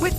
With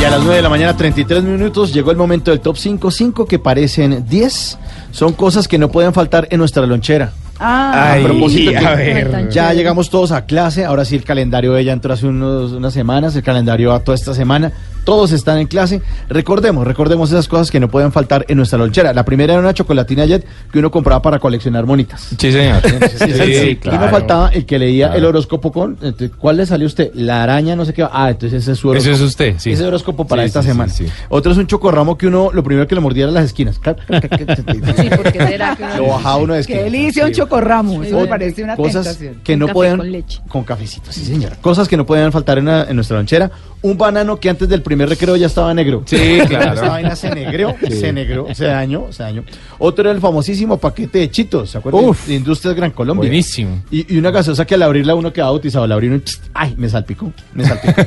Y a las 9 de la mañana, 33 minutos, llegó el momento del top 5. 5 que parecen 10 son cosas que no pueden faltar en nuestra lonchera. Ay, a propósito, que a ver. ya llegamos todos a clase. Ahora sí, el calendario de ella entró hace unos- unas semanas. El calendario va toda esta semana. Todos están en clase. Recordemos, recordemos esas cosas que no pueden faltar en nuestra lonchera. La primera era una chocolatina jet que uno compraba para coleccionar monitas. Sí, señor. Y no faltaba el que leía el horóscopo con. entonces, ¿Cuál le salió a usted? La araña, no sé qué. Ah, entonces ese es su Ese horóscopo. es usted, sí. Ese horóscopo para Sí, esta sí, sí, semana. sí. Otro es un chocorramo que uno, lo primero que le mordiera las esquinas. Clac, clac, clac, clac, clac. Sí, porque será que Lo uno... bajaba uno de Qué esquinas. delicia un chocorramo. Eso me Ot- parece una cosas tentación. que Un no café pueden con leche. con cafecito, sí señora. Cosas que no pueden faltar en, la- en nuestra lonchera. Un banano que antes del primer recreo ya estaba negro. Sí, claro. Esta vaina se negreó, se negreó, se dañó, se dañó. Otro era el famosísimo paquete de chitos, ¿se acuerdan? Uf. de Industrias Gran Colombia. Buenísimo. Y, y una gaseosa que al abrirla uno quedaba bautizado, al abrir uno, tss, ay, me salpicó, me salpicó.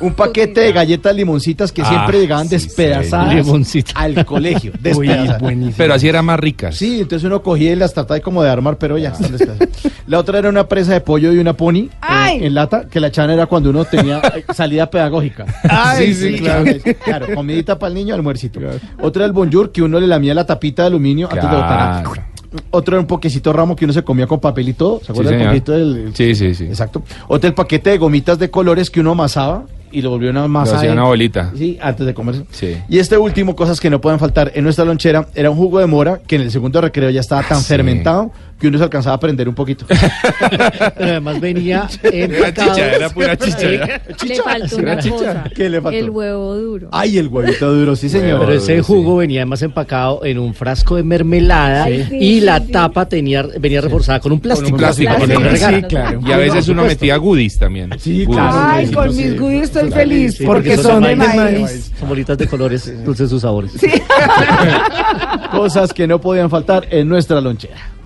Un paquete de galletas limoncitas que Ah, siempre llegaban sí, despedazadas señor. Limoncita. al colegio. Despedazadas. Pero así era más rica. Sí, entonces uno cogía y las trataba de como de armar, pero ya. están despedazadas. La otra era una presa de pollo y una pony eh, ¡Ay! en lata, que la echaban era cuando uno tenía eh, salida pedagógica. Ay, sí, claro. Claro, comidita para el niño, almuercito. Otra era el bonjour, que uno le lamía la tapita de aluminio antes de botar. Claro. Otro era un poquecito ramo que uno se comía con papel y todo. ¿Se Sí, acuerdan del señor. poquito del...? el- Sí, sí, sí. Exacto. Otro el paquete de gomitas de colores que uno amasaba y lo volvió una masa. hacía de- una bolita. Sí, antes de comerse. Sí. Y este último, cosas que no pueden faltar en nuestra lonchera, era un jugo de mora que en el segundo recreo ya estaba tan sí. fermentado que uno se alcanzaba a prender un poquito. Además venía Era empacado. chicha, ¿eh? era pura chicha. Le faltó una cosa. ¿Qué le faltó? El huevo duro. Ay, el huevito duro, sí señor. Pero ese jugo venía además empacado en un frasco de mermelada Sí. y Sí, la sí, sí. tapa tenía, venía reforzada con un plástico. Con un plástico, para que con no el regara. regalo. Y a veces uno metía goodies también. Sí, Goodies. claro. Ay, con Sí, mis goodies estoy Sí, feliz sí, porque son de maíz. maíz. Son bolitas de colores, dulces sus sabores. Cosas que no podían faltar en nuestra lonchera.